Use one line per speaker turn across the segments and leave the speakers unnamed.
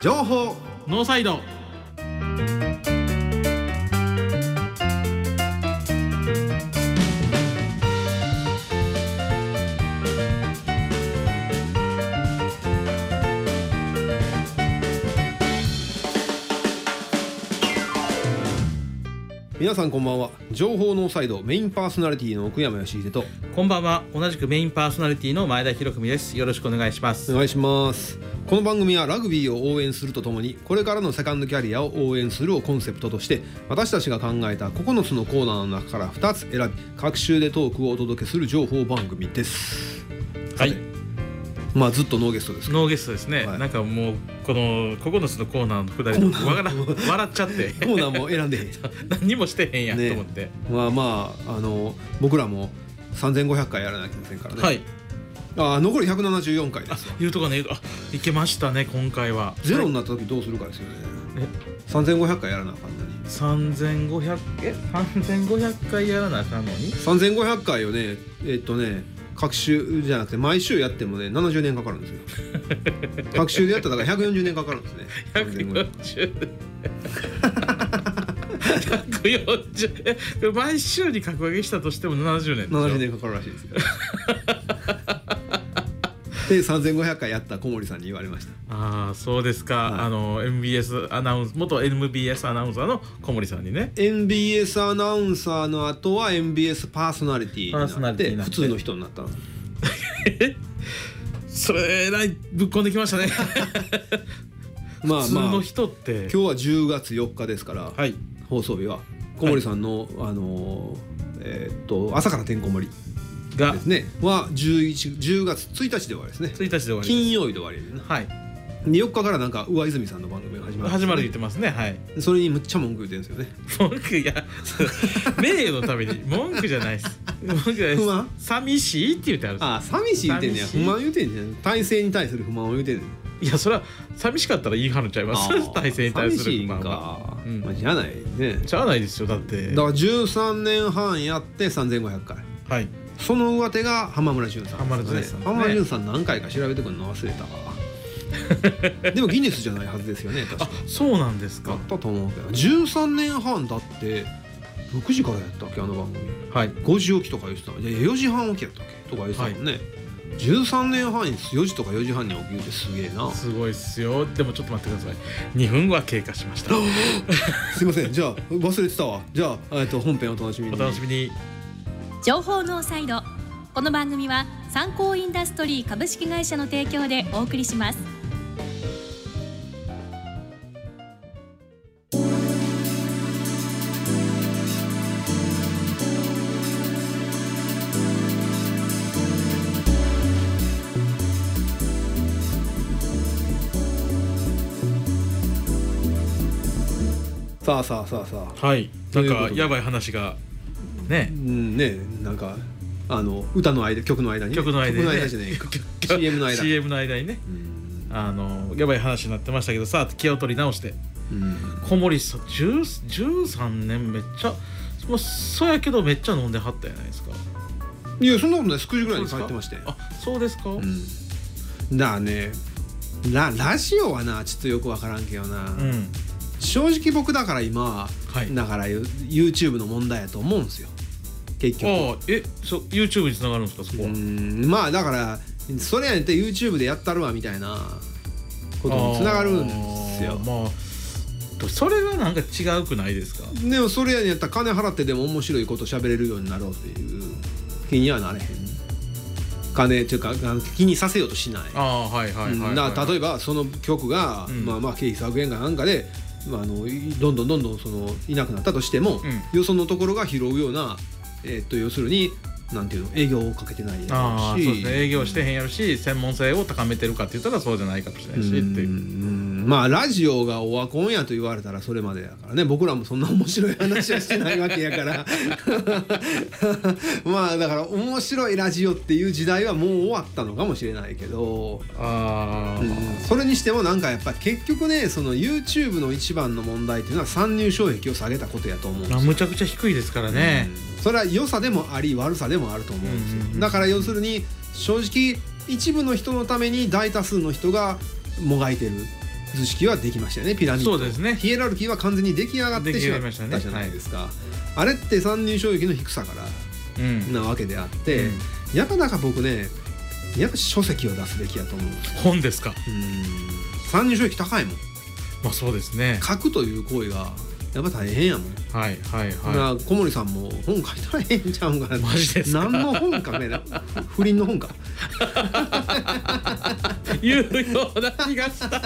情報
ノーサイド
皆さんこんばんは情報ノーサイドメインパーソナリティの奥山義秀と
こんばんは同じくメインパーソナリティの前田博文ですよろしくお願いします
お願いしますこの番組はラグビーを応援するとともにこれからのセカンドキャリアを応援するをコンセプトとして私たちが考えた9つのコーナーの中から2つ選び各週でトークをお届けする情報番組です
はい
まあずっとノーゲストです
ノーゲストですね、
はい
なんかもうこの9つのコーナーのくだ りわからん笑っちゃって
コーナーも選んでへん
何にもしてへんやん
ね
と思って、
まあまああの僕らも3500回やらなきゃいけませんからね、
はい
あ残り174回ですよ
いうとこねあいけましたね今回は
ゼロになった時どうするかですよね
え
3500回やらなあかんのに
3500え3500回やらなあかんのに
3500回をねえっとね各週じゃなくて毎週やってもね70年かかるんですよ 各週でやったらだから140年かかるんですね3500
140 140えこ れ毎週に格上げしたとしても70年でしょ
70年かかるらしいです よで3500回やった小森さんに言われました
ああそうですか、
はい
あの MBS アナウンス元 MBS アナウンサーの小森さんにね
NBS アナウンサーの後は NBS パーソナリティに
パーソナ
なっ
リティ
て
になっ
普
て
通の人になったんです
それえらいぶっこんできましたね
まあ
普通
まあ
の
今
人って、
日は10月4日ですから、
はい
放送日は小森さんの、あのーえーっと朝からてんこ盛り
が
ですねは11 10月1日で終わりですね
1日で終わり
金曜日で終わりでな
はい
で4日からなんか上泉さんの番組が始まるんです
始
よ
ま
ね
る言ってますねはい
それにむっちゃ文句言ってるんですよね
文句いや そう名誉のために文句じゃないです文句じゃないで
不満
す寂しいって言ってあるんで
ああ寂しい言ってんねや
寂し
不
い
満言ってんねや体制に対する不満を言ってんねん
すいやそれは寂しかったら言い張るんちゃいます
ああ
体制に対する
寂し
不
いん
満は
か、
うん
まあ、じゃないね
じゃあないですよだって
だから13年半やって3500回
はい
その上手が浜村淳さん
浜村淳さんですね
浜村淳さん何回か調べてくるの忘れたわ でもギネスじゃないはずですよね確
あ
か
そうなんです
だ
か
ったと思うけど13年半だって6時からやったっけあの番組
はい
5時起きとか言ってたじゃ4時半起きやったっけとか言ってたもんね、13年半に4時とか4時半に起きるってすげえな
すごいっすよでもちょっと待ってください2分後は経過しました
すいませんじゃあ忘れてたわじゃあ、えっと、本編お楽しみに
お楽しみに
情報ノーサイドこの番組は参考インダストリー株式会社の提供でお送りします
さあさあさあさあ
はい
と
ないん
うことで
かやばい話がね
うんねなんかあの歌の間曲の間にね
曲の間に ね
曲の間じゃねえか CM の間
CM の間にね
うん
あのやばい話になってましたけどさあ気を取り直して
うん
小森さん10 13年めっちゃもうそうやけどめっちゃ飲んではったじゃないですか
いやそんなことない9時ぐらいに帰ってまして
あそうですか、うん
うんだからねララジオはなちょっとよく分からんけどな、正直僕だから今、
はい
だから YouTube の問題やと思うんですよ結
あ
局
あえそう YouTube につながるんですかそこ
う
は、
んまあだからそれやって YouTube でやったるわみたいなことにつながるんですよ
あーまあそれはなんか違うくないですか
でもそれやにやったら金払ってでも面白いこと喋れるようになろうっていう気にはなれへん金っていうかあの気にさせようとしない
ああーはいはいはい、はい
だから例えばその曲が、
うん
まあまあ経費削減かなんかで、まあ、あのいどんどんどんどんそのいなくなったとしても、
う
よそのところが拾うような、えーっと要するになんていうの営業をかけてないや
あ
ろ
あ
うし
そうですね営業してへんやろし専門性を高めてるかって言ったらそうじゃないかもしれないしって
う
いうん
まあラジオがオワコンやと言われたらそれまでだからね僕らもそんな面白い話はしてないわけやから まあだから面白いラジオっていう時代はもう終わったのかもしれないけど、
ああ、
うんそれにしてもなんかやっぱ結局ねその YouTube の一番の問題っていうのは参入障壁を下げたことやと思うんですよ
あむちゃくちゃ低いですからね、
うんそれは良さでもあり悪さでもあると思うんですよ、
うんうんうん
だから要するに正直一部の人のために大多数の人がもがいてる図式はできましたよねピラミッド
そうですね
ヒエラルキーは完全に出来上がってしまっ
出来上がりましたね
たじゃないですか、あれって参入障壁の低さから
うん
なわけであって、
うん
やっぱなんか僕ねやっぱ書籍を出すべきやと思うんですよ
本ですか
うん参入障壁高いもん
まあそうですね
書くという行為がやっぱ大変やもん、
はいはいは
な小森さんも本書いたらええんちゃうんかな
マジですか
何の本かね不倫の本か
いいうような気が したい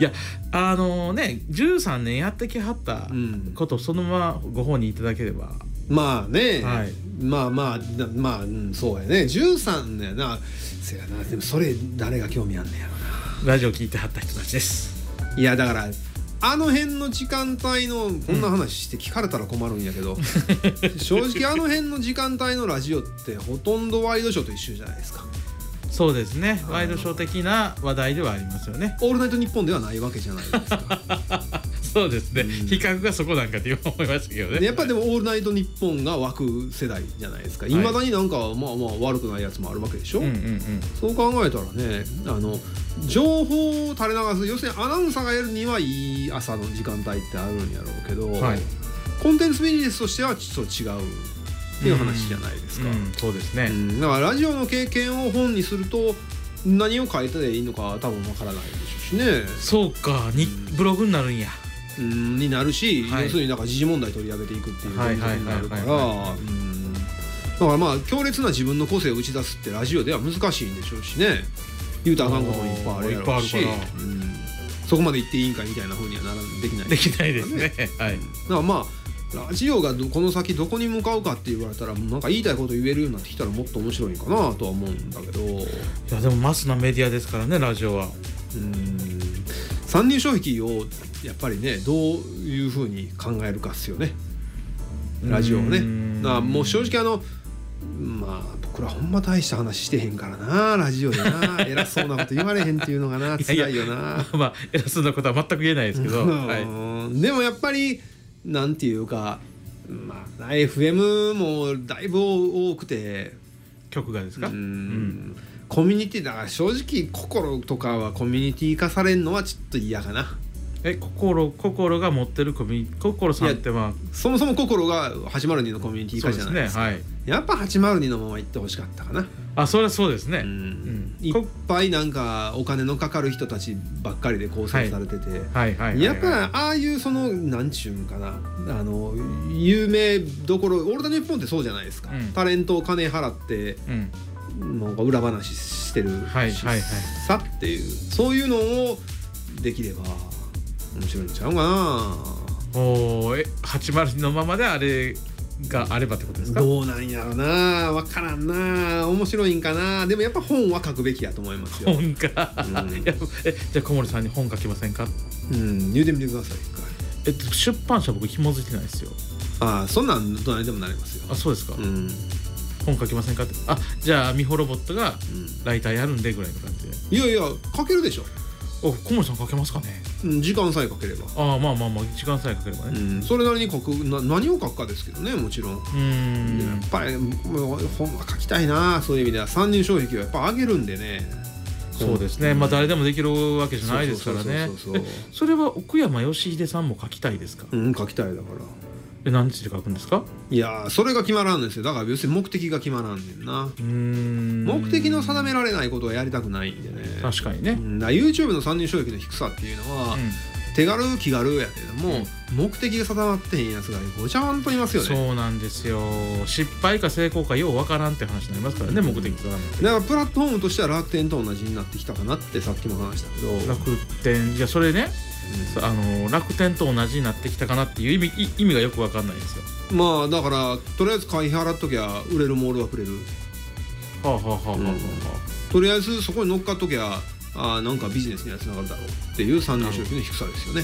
やあのね13年やってきはった
うん
ことそのままご本人いただければ
まあね、
はい
まあまあなまあうんそうやね13だよなせやなでもそれ誰が興味あんねやろな
ラジオ聞いてはった人たちです
いやだからあの辺の時間帯のこんな話して聞かれたら困るんやけど、 正直あの辺の時間帯のラジオってほとんどワイドショーと一緒じゃないですか
そうですね
あー
ワイドショー的な話題ではありますよね
「オールナイトニッポン」ではないわけじゃないですか
そうですね、
うん
比較がそこなんかって今思いましたけどね
でやっぱでも「オールナイトニッポン」が湧く世代じゃないですかい
い
まだになんかまあまあ悪くないやつもあるわけでしょ、
うんうんうん
そう考えたらねあの情報を垂れ流す要するにアナウンサーがやるにはいい朝の時間帯ってあるんやろうけど、
はい
コンテンツビジネスとしてはちょっと違うっていう話じゃないですか、
うんそうです
う
ね、
んだからラジオの経験を本にすると何を書いたらいいのか多分わからないでしょうしね、
そうかにブログになるんや
うん、になるし、
はい
要するになんか時事問題取り上げていくっていう
は
感
い
じ
はい
に
は
な
いはい
るからうんだからまあ強烈な自分の個性を打ち出すってラジオでは難しいんでしょうしね言うたらあかんこともいっぱいあるやろうし
おーいっぱいあるか
うんそこまで言っていいんかみたいなふうにはならでき ない
できないですねはい
だからまあラジオがどこの先どこに向かうかって言われたらなんか言いたいこと言えるようになってきたらもっと面白いんかなとは思うんだけどう
いやでもマスなメディアですからねラジオは
ーん参入障壁をやっぱりねどういうふうに考えるかっすよねラジオを
うーん
ね。だからもう正直あのまあ僕らほんま大した話してへんからなラジオで な偉そうなこと言われへんっていうのがない
やいや
辛いよな。
まあ偉そうなことは全く言えないですけど、はい、
うんでもやっぱりなんていうか、まあ、FM もだいぶ多くて
曲がですか
う
うん
んコミュニティだから正直心とかはコミュニティ化されるのはちょっと嫌かな
え心心が持ってるコミュニ心さんってまあ
そもそも心が802のコミュニティ
そ
化
う
じ
で
ゃな
す
いで
ね
すか
はい
やっぱ802のまま行ってほしかったかな、
あそれはそうですね、
うん
うん
いっぱいなんかお金のかかる人たちばっかりで構成されてて、
はいはいはいはい
やっぱああいうそのなんちゅうんかなあの有名どころオールナイトニッポンってそうじゃないですか、
うん
タレントを金払って
うん
なんか裏話してる
はいはいはい
さっていうそういうのをできれば面白いんちゃうかな
おーえ80のままであれがあればってことですか
どうなんやろな分からんな面白いんかなでもやっぱ本は書くべきやと思いますよ、
本か、
うん
いやえじゃあ小森さんに本書きませんか
うん、言うてみてください一回
えっと出版社僕紐づいてないですよ
ああそんなんどないでもなりますよ
あそうですか、
うん、うん、
本書きませんかってあじゃあミホロボットがライターやるんでぐらいの感じで
いやいや書けるでしょ、
お小森さん書けますかね
うん、時間さえかければ
ああまあまあまあ時間さえかければ
う
ね
ん、それなりに書くな何を書くかですけどねもちろん、
うー
や
ん
っぱりもう本は書きたいなそういう意味では参入障壁をやっぱ上げるんでね
そうですね、まあ誰でもできるわけじゃないですからね
そうそうそうそう
えそれは奥山義秀さんも書きたいですか
うん書きたいだから
え何日で書くんですか
いやーそれが決まらんですよだから要するに目的が決まらんねんな
うーん
目的の定められないことはやりたくないんでね
確かにね、
うんだから YouTube の参入障壁の低さっていうのは、手軽気軽やけれども、目的が定まってへんやつがごちゃんといます
うん
よね
そうなんですよ失敗か成功かようわからんって話になりますからね目的定め
だからプラットフォームとしては楽天と同じになってきたかなってさっきも話したけど、うん
楽天いやそれねあの楽天と同じになってきたかなっていう意味い意味がよくわかんないんですよ
まあだからとりあえず買い払っときゃ売れるモールはくれる
はあはあはあはあは
とりあえずそこに乗っかっときゃあーなんかビジネスにはつながるだろうっていう参入障壁の低さですよね。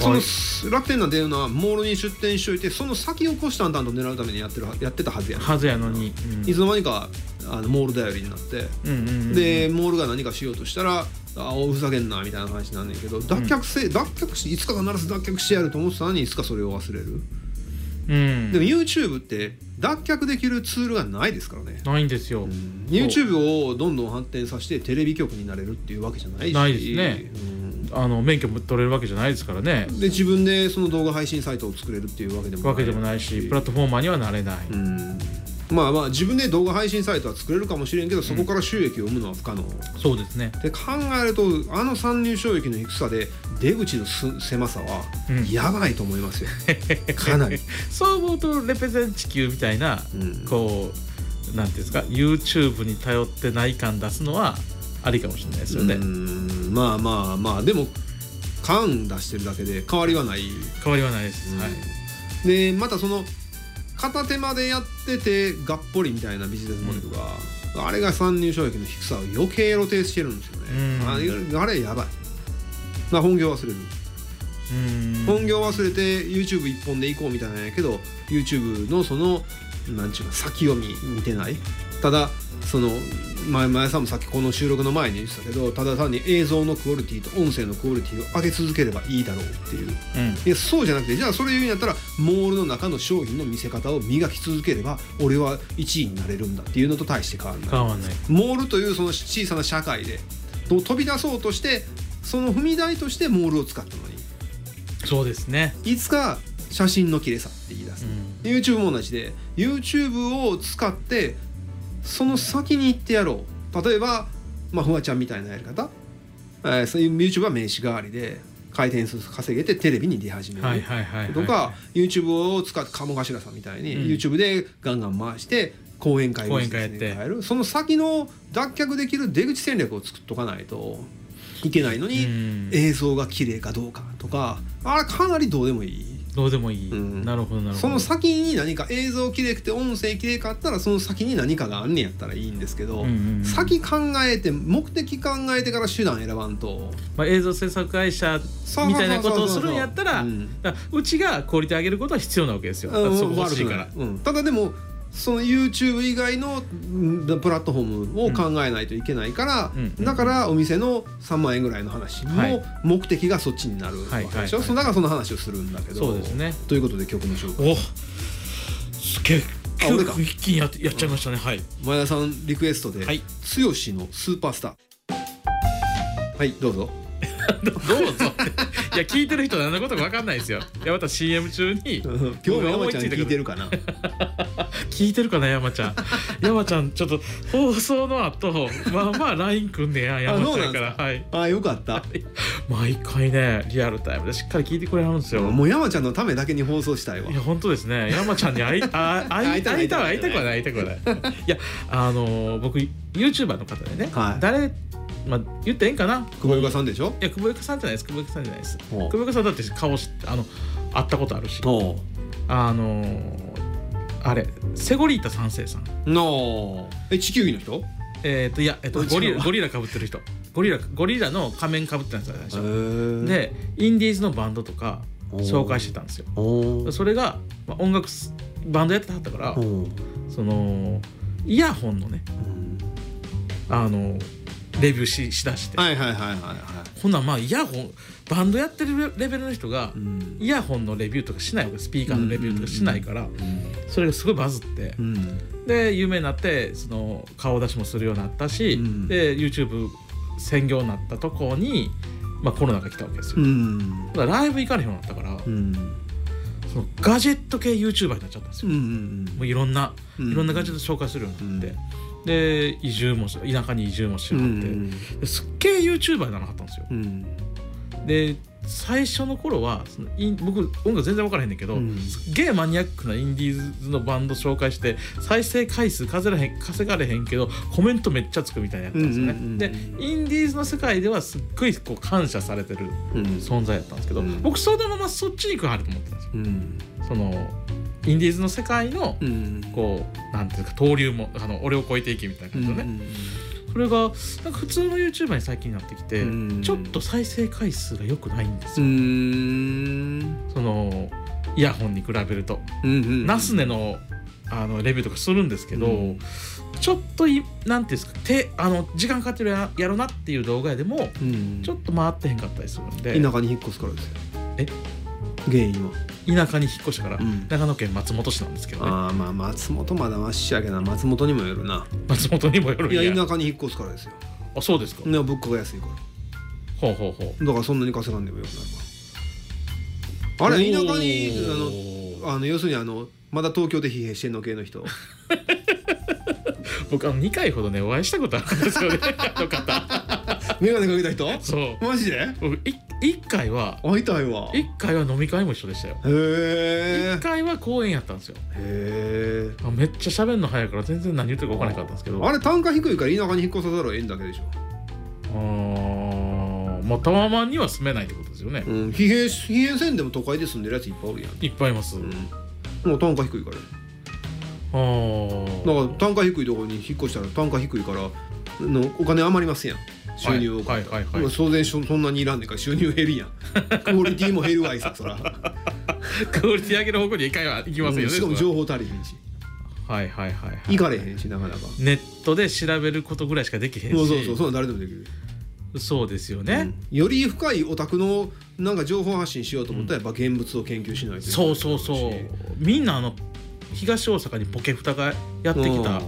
そ
は
の
い
楽天なんていうのはモールに出店しといてその先を虎視眈々と狙うためにやってるはやってたはずや
あ
ねん
はずやのに、うん
いつの間にかあのモール頼りになって、
うんうんうん
でモールが何かしようとしたらあおふざけんなみたいな話になんねんけど脱却せ、脱却しいつか必ず脱却してやると思ってたのにいつかそれを忘れる
うん
でも YouTube って脱却できるツールがないですからね、
ないんですよ、
YouTube をどんどん発展させてテレビ局になれるっていうわけじゃないし
ないですね
うん
あの免許も取れるわけじゃないですからね
で自分でその動画配信サイトを作れるっていうわけでもない
わけでもないしプラットフォーマーにはなれない、
うんまあまあ自分で動画配信サイトは作れるかもしれんけどそこから収益を生むのは不可能、
そうです ね
で考えるとあの参入障壁の低さで出口のす狭さは
うん
やばいと思い ますよ、かなり、
そう思うとレペゼン地球みたいな
うん
こうなんていうんですか YouTube に頼ってない感出すのはありかもしれないですよね、
うんまあまあまあでも缶出してるだけで変わりはない、
変わりはないです、はい
でまたその片手までやっててがっぽりみたいなビジネスモデルが、あれが参入障壁の低さを余計露呈してるんですよね、
う
あれあれやばい、まあ、本業忘れる
うん
本業忘れて YouTube 一本で行こうみたいなんやけど YouTube のそのなんちゅうか先読み見てないただその前前さんもさっきこの収録の前に言ってたけどただ単に映像のクオリティと音声のクオリティを上げ続ければいいだろうっていう
うん
いやそうじゃなくてじゃあそれ言うんやったらモールの中の商品の見せ方を磨き続ければ俺は1位になれるんだっていうのと対して変わらない
変わんない
モールというその小さな社会でと飛び出そうとしてその踏み台としてモールを使ったのに
そうですね、
いつか写真の綺麗さって言い出
う
す、
ん
YouTube も同じで YouTube を使ってその先に行ってやろう例えば、まあ、フワちゃんみたいなやり方、えーそういう YouTube は名刺代わりで回転数稼げてテレビに出始める、
はいはいはいはい
とか YouTube を使って鴨頭さんみたいに、
うん
YouTube でガンガン回して講演会を
講演会やって
変えるその先の脱却できる出口戦略を作っとかないといけないのに、
うん
映像が綺麗かどうかとかあれかなりどうでもいい。
どうでもいい、
うん
なるほどなるほど
その先に何か映像綺麗くて音声綺麗かったらその先に何かがあんねやったらいいんですけど、
うんうんうん
先考えて目的考えてから手段選ばんと
まあ、映像制作会社みたいなことをするんやったら
うん
だからうちがクオリティ上げることは必要なわけですよ。だか
う
ら
ん
そこ欲しいから
悪。くないうんただでもその YouTube 以外のうんプラットフォームを考えないといけないから、
うんうん
だからお店の3万円ぐらいの話
は
も
い
目的がそっちになるわけ
は
で
い
しょ
はい
そうだからその話をするんだけど。
そうですね。
ということで曲の紹介
おすげえ
あ俺か
結構一気にやっやっちゃいましたね。はい。
前田さんリクエストで、
はい
剛のスーパースターはいどうぞ
どうぞ。いや聞いてる人何のことか分かんないですよ。いやまた CM 中に
今日も山ちゃん聞いてるか な
聞いてるかな山ちゃん。山ちゃんちょっと放送の後まあまあ LINE 組んでや山ちゃんから
あそうなんですか
はい。
あよかった
毎回ねリアルタイムでしっかり聞いてくれはるんですよ。
もう山ちゃんのためだけに放送したいわ
いや本当ですね山ちゃんに会いあ 会い会いたは会いたくはない会いたくはないいやあのー僕 YouTuber の方でね、
はい
誰まあ言っていいんかな
久保ゆかさんでしょ
いや久保岡さんじゃないです久保岡さんじゃないです
お
久保岡さんだって顔知ってあの会ったことあるし
おう
あのーあれセゴリータ三世さん
のえ地球儀の人
えっ、といや、えっと
あ違う
ゴリラゴリラかぶってる人ゴリラゴリラの仮面かぶってたんですよ最初
で
でインディーズのバンドとか
お
紹介してたんですよ
おー
それが、まあ、音楽すバンドやってはったから
おー
そのイヤホンのね
うん
あのレビューししだして、
はいはいはいはいは
ほんならまあイヤホンバンドやってるレベルの人が
い、うん
イヤホンのレビューとかしないわけスピーカーのレビューとかしないから、それがすごいバズって
う、ん
で有名になってその顔出しもするようになったし、
うん
で YouTube 専業になったとこに、まあ、コロナが来たわけですよ、
うん
だからライブ行かれへんようになったから、
うん
そのガジェット系 YouTuber になっちゃったんです
う
よ、
ん
もういろんな
うん
いろんなガジェット紹介するようになって、で移住もし田舎に移住もして
う
はって、
ん
ですっげえ YouTuber にならなかったんですよ
うん
で最初の頃はそのイン僕音楽全然分からへんねんけど、
うん
すっげえマニアックなインディーズのバンド紹介して再生回数稼れへん稼がれへんけどコメントめっちゃつくみたいなやったんですよね、
うんうんうんうん
でインディーズの世界ではすっごいこう感謝されてる
うん
存在だったんですけど、
うん
僕そのままそっちに行くはると思ってたんですよ
うん
そのインディーズの世界の
うん
こうなんていうか登竜もあの俺を超えていけみたいな感じのね、それがなんか普通の YouTuber に最近なってきて、
うん
ちょっと再生回数が良くないんです
う
よ、
ん
そのイヤホンに比べると、
うん
ナスネのあのレビューとかするんですけど、
うん
ちょっといなんていうんですか手あの時間かかってるややろなっていう動画やでも
うん
ちょっと回ってへんかったりするんで
田舎に引っ越すからですよ
え
原因は
田舎に引っ越したから、
うん
長野県松本市なんですけどね
ああまあ松本まだまっしやけどな松本にもよるな
松本にもよるん
いや田舎に引っ越すからですよ
あそうですか、
ね物価が安いから
ほうほうほう
だからそんなに稼がんでもよくなるからあれ田舎に
おー
あのあの要するにあのまだ東京で疲弊してんの系の人
僕あの2回ほどねお会いしたことあるんですよね あの方
眼鏡かけた人
そ う
マジで
僕 1, 回は
会いたいわへ
1回は飲み会も一緒でしたよ
え
1回は公演やったんですよ
へえ
あめっちゃ喋んの早いから全然何言ってるか分からなかったんですけど
あれ単価低いから田舎に引っ越さざるを得んだけでしょ、
あーまあタワマンには住めないってことですよね、
うん、疲弊し疲弊せんでも都会で住んでるやついっぱいおるやん、
いっぱいいます、
うん、もう単価低いから
あー
だから単価低いところに引っ越したら単価低いからのお金余りますやん収入を、
はいはいはい、
ま
は
あ当然しょそんなにいらんねんから収入減るや んクオリティも減るわいさそら
い、クオリティ上げる方向に一回は行きますよね、
うんしかも
それ
情報足りへんし
ははいはいはい、は
行
い、
かれへんしなかなか
ネットで調べることぐらいしかできへんし
そうそうそうそんなん誰でもできる、
そうですよ
う
ね、
んより深いオタクのなんか情報発信しようと思ったらやっぱ現物を研究しないといけない
そうそうそうみんなあの東大阪にポケフタがやってきた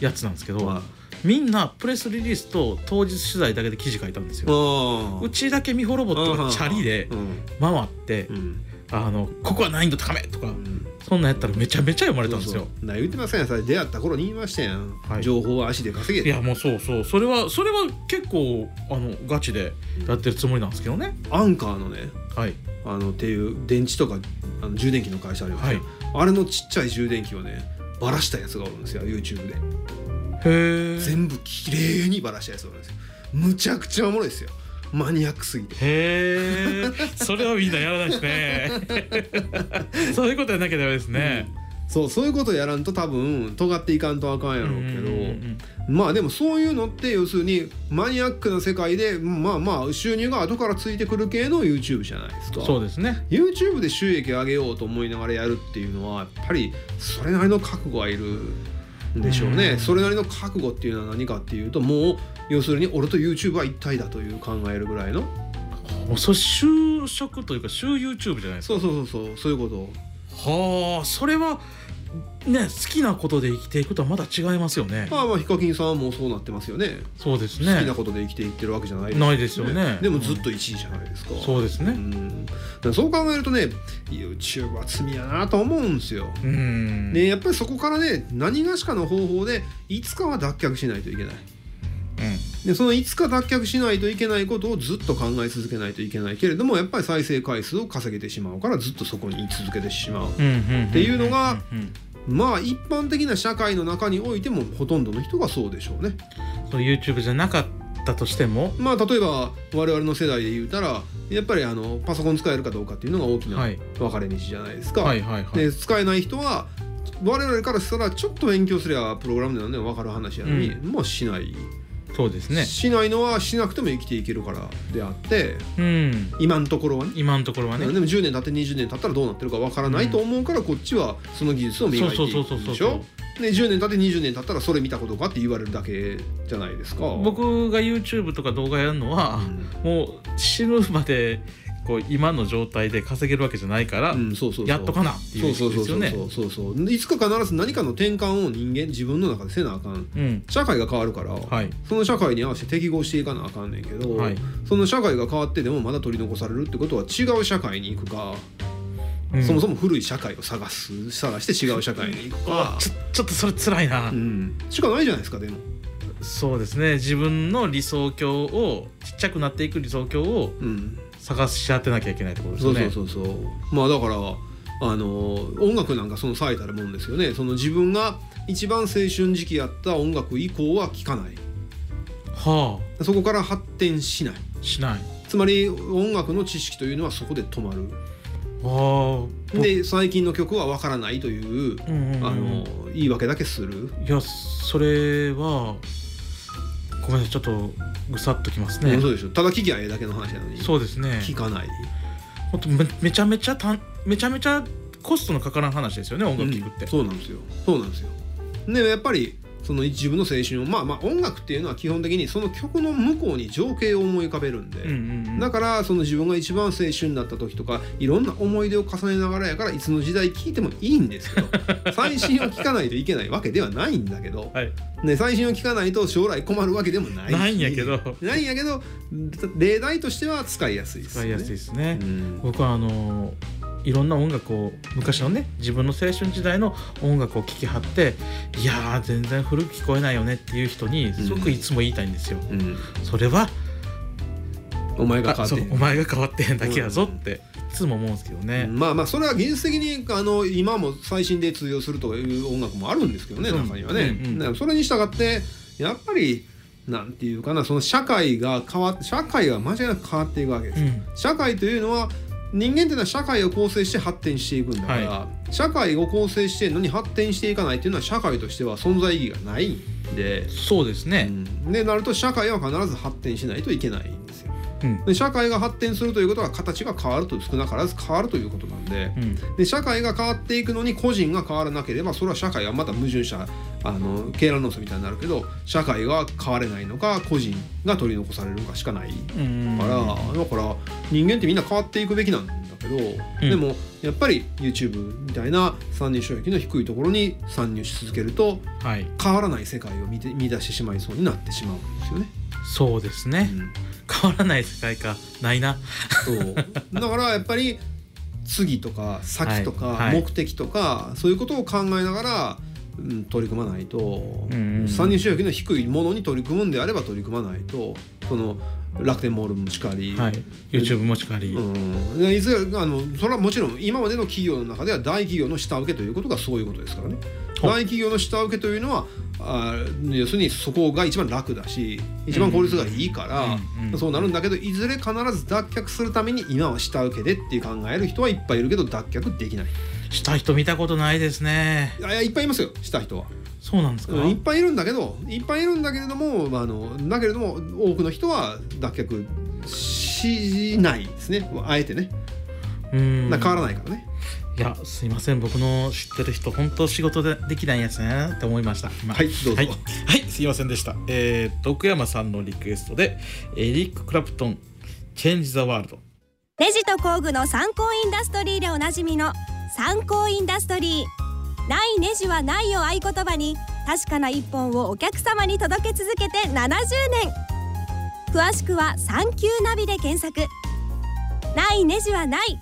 やつなんですけど、
うんまあ
みんなプレスリリースと当日取材だけで記事書いたんですよ、う
う
ちだけミホロボットがチャリで
うん
回って、
うん
あのここは難易度高めとか、
うん
そんなんやったらめちゃめちゃ読まれたんです
そ
よ
うそうな言ってませんやさ出会った頃に言いましたやん、
はい
情報は足で稼
い
げ
やもうそうそうそれはそれは結構あのガチでやってるつもりなんですけどね、
アンカーのね
はい
あのっていう電池とかあの充電器の会社ありますね、あれのちっちゃい充電器をねバラしたやつがおるんですよ YouTube で
へえ
全部きれいにバラしたやつがおるんですよむちゃくちゃおもろいですよマニアックすぎて
へえ それはみんなやらないですね そういうことやんなきゃダメですね、
そうそういうことやらんと多分尖っていかんとあかんやろうけど、
うんうんうん
まあでもそういうのって要するにマニアックな世界でまあまあ収入が後からついてくる系の YouTube じゃないですか
そうですね
YouTube で収益を上げようと思いながらやるっていうのはやっぱりそれなりの覚悟がいるんでしょうね、
うん
それなりの覚悟っていうのは何かっていうともう要するに俺と YouTube は一体だという考えるぐらいの
もうそれ就職というか就 YouTube じゃないですか
そうそうそうそうそういうこと
はあそれはね好きなことで生きていくとはまだ違いますよね
まあまあヒカキンさんはもうそうなってますよね
そうです
好き
ね
なことで生きていってるわけじゃない
ないですよね
でもずっと1位じゃないですか、
そうです
う
ね
んだからそう考えるとね YouTube は罪やなと思うんですよ
うん
でやっぱりそこからね何がしかの方法でいつかは脱却しないといけない
うん
でそのいつか脱却しないといけないことをずっと考え続けないといけないけれどもやっぱり再生回数を稼げてしまうからずっとそこに居続けてしまう
って
いうのが
うんうんうん
まあ一般的な社会の中においてもほとんどの人がそうでしょうね
うんそう YouTube じゃなかったとしても、
まあ例えば我々の世代で言うたらやっぱりあのパソコン使えるかどうかっていうのが大きな
はい
分かれ道じゃないですか、
はいはいはい、
で使えない人は我々からしたらちょっと勉強すればプログラムでなんで分かる話やのに、
う
もうしない、
そうですね
しないのはしなくても生きていけるからであって
うん
今のところはね
今のところはね
でも10年経って20年経ったらどうなってるかわからないと思うからこっちはその技術を磨いてい
そうそ
く
うそ
ん
うそうそう
でしょで10年経って20年経ったらそれ見たことかって言われるだけじゃないですか
僕が YouTube とか動画やるのは
う、ん
もう死ぬまでこう今の状態で稼げるわけじゃないから、
うんそうそうそう
やっとかなってい
そううそう
意識
そう
です
そ
よね
うそうそういつか必ず何かの転換を人間自分の中でせなあかん
うん
社会が変わるから、
はい
その社会に合わせて適合していかなあかんねんけど、
はい
その社会が変わってでもまだ取り残されるってことは違う社会に行くか、
うん
そもそも古い社会を探す探して違う社会に行くか
あ、ちょちょっとそれ辛いな、
うん、しかないじゃないですかでも。
そうですね自分の理想郷をちっちゃくなっていく理想郷を
うん、
探し当てなきゃいけないってことです
そ
よ
う
ね
そうそうそう、まあだからあの音楽なんかその最たるもんですよねその自分が一番青春時期やった音楽以降は聴かない
は
そこから発展しない
あしない
つまり音楽の知識というのはそこで止まる
ああ
で最近の曲はわからないという、
うんうんうん、
あの言い訳だけする、
いやそれはごめんなさいちょっとぐさっときますね、
そうでしょただ聴きゃええだけの話なのに聴
そうですね
かない、
ほんとめめちゃめちゃたんめちゃめちゃコストのかからん話ですよね音楽聴くって、
そうなんですよそうなんですよでやっぱりその自分の青春をまあまあ音楽っていうのは基本的にその曲の向こうに情景を思い浮かべるんで、
うんうんうん
だからその自分が一番青春になった時とかいろんな思い出を重ねながらやからいつの時代聴いてもいいんですけど 最新を聴かないといけないわけではないんだけど、
はい
ね、最新を聴かないと将来困るわけでもないし
ないんやけど
ないんやけど例題としては使いやすいです
使いやすい
い、
ですね
う、ん
僕はあのーいろんな音楽を昔のね自分の青春時代の音楽を聴き張っていやー全然古く聞こえないよねっていう人にすごくいつも言いたいんですよ、
うん、
それは
お前が変
あ
わっ
そ
て
うんお前が変わってへんだけやぞっていつも思うんですけどね、
まあまあそれは技術的にあの今も最新で通用するという音楽もあるんですけどね
うん
中にはね
うんうん。
だからそれに従ってやっぱりなんていうかなその社会が変わっ社会は間違いなく変わっていくわけです
う
よ。
ん
社会というのは人間というのは社会を構成して発展していくんだから、
は
社会を構成してるのに発展していかないというのは社会としては存在意義がないんで。
そうですね、
うんでなると社会は必ず発展しないといけないんですよ。
うん
で社会が発展するということは形が変わると少なからず変わるということなんで。
うん
で社会が変わっていくのに個人が変わらなければそれは社会はまた矛盾したあのケーラノスみたいになるけど社会が変われないのか個人が取り残されるのかしかないか
うん
ら、だから人間ってみんな変わっていくべきなんだけど、
ん
でもやっぱり YouTube みたいな参入障壁の低いところに参入し続けると
はい
変わらない世界を見て見出してしまいそうになってしまうんですよね。
そうですね、変わらない世界かないな
そうだからやっぱり次とか先と
は
か
いは
目
い
的とか、そういうことを考えながら、うん、取り組まないと、
うんうん
参入障壁の低いものに取り組むんであれば取り組まないとその楽天モールもしかり、
はい YouTube もしかり、
うん、でいずれあのそれはもちろん今までの企業の中では大企業の下請けということがそういうことですからね
ほう
大企業の下請けというのはあー要するにそこが一番楽だし一番効率がいいから、
うんうん
そうなるんだけどいずれ必ず脱却するために今は下請けでっていう考える人はいっぱいいるけど脱却できないい
した人見たことないですね
やいやいっぱいいますよした人は、
そうなんですか、
うんいっぱいいるんだけどいっぱいいるんだけれどもあのだけれども多くの人は脱却しないですねあえてね
うん
だから変わらないからね、
いやすいません僕の知ってる人本当仕事でできないやつねって思いました、まあ
はいどうぞ
はい、はいすいませんでしたえー、徳山さんのリクエストでエリック・クラプトン「チェンジ・ザ・ワールド
レジと工具の参考インダストリーでおなじみの参考インダストリーないネジはないを合言葉に確かな一本をお客様に届け続けて70年詳しくは「サンキューナビ」で検索ないネジはない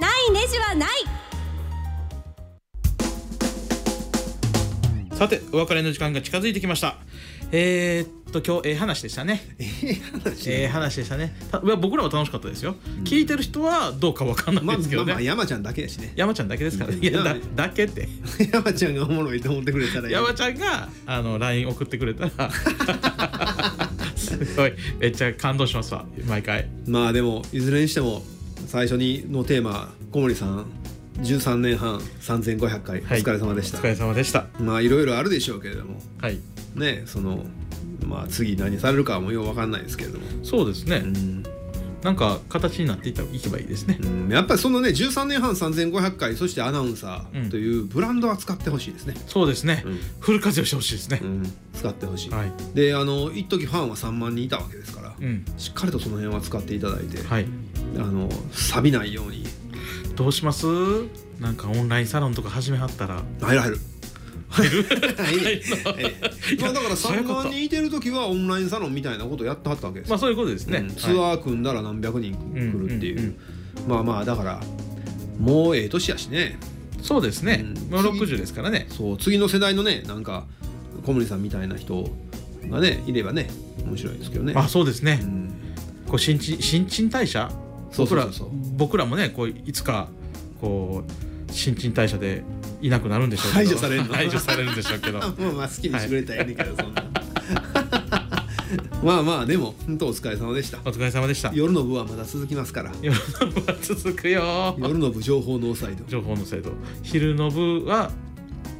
ないネジはない」
さてお別れの時間が近づいてきましたえー、っと今日ええ話でしたね
ええ話ね
ええ話でしたねたいや僕らは楽しかったですよ、聞いてる人はどうかわかんな
まあ
いですけ
ま
ど
あ
ね、
まあ山ちゃんだけやしね
山ちゃんだけですから、
うん
いやだ
いや
だけって
山ちゃんがおもろいと思ってくれたらいい
山ちゃんがあの LINE 送ってくれたらすごいめっちゃ感動しますわ毎回
まあでもいずれにしても最初にのテーマ小森さん13年半3500回お
はい
疲れ様でし
お
た、
疲れ様でした
まあいろいろあるでしょうけれども
はい
ねそのまあ次何されるかはもうよう分かんないですけれども
そうですね、
うん、
なんか形になっていったいけばいいですね
うんやっぱりそのね13年半3500回そしてアナウンサーというブランドは使ってほしいですね、
そうですね、
うん
フル活用してほしいですね
う、ん、使ってほしい、
はい
であの一時ファンは3万人いたわけですから、
うん
しっかりとその辺は使っていただいて、
はい
あの錆びないように
どうしますなんかオンラインサロンとか始めはったら
入る入る
入る
入る
入る
入るまあだから
そうい
3
うこと
万人いてる時はオンラインサロンみたいなことやってはったわけです
まあ
よ、
そういうことですね、
うん
はい
ツアー組んだら何百人来るっていう,、
うんうん
まあまあだからもうええ年やしね
そうですね、
うん
もう60ですからね
そう次の世代のねなんか小森さんみたいな人がねいればね面白いですけどね
あそうですね、
うん
こう新陳新陳代謝
そう
僕
そう
ら
そうそう
僕らもねこういつかこう新陳代謝でいなくなるんでしょうけ
排
ど
除されるの
排除されるんでしょ うけど
まあまあ好きにしてくれたらええねんけど、そんなまあまあでも本当お疲れ様でした
お疲れ様でした
夜の部はまだ続きますから
夜の部は 続くよ
夜の部情報ノーサイド
情報の制度昼の部は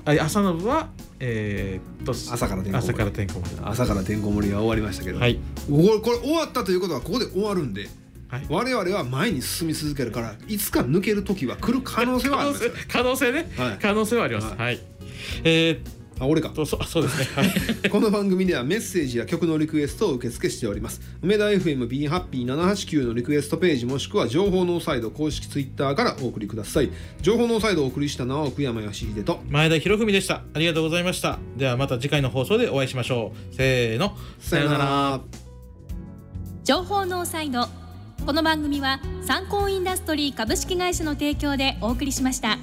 あ朝の部はえーっと
朝から天候
朝から天候まで
朝からてんこ盛りが終わりましたけど、
はい
これこれ終わったということはここで終わるんで
はい
我々は前に進み続けるからいつか抜ける時は来る可能性はありますから
可能性可能性ね、
はい
可能性はあります
は
はいい、えー
あ俺か
そうそうそうですね はい
この番組ではメッセージや曲のリクエストを受け付けしております梅田 FM b ハッピー789のリクエストページもしくは情報ノーサイド公式ツイッターからお送りください情報ノーサイドをお送りしたのは奥山義秀と
前田博文でしたありがとうございましたではまた次回の放送でお会いしましょうせーの
さよなら
情報ノーサイドこの番組は参考インダストリー株式会社の提供でお送りしました。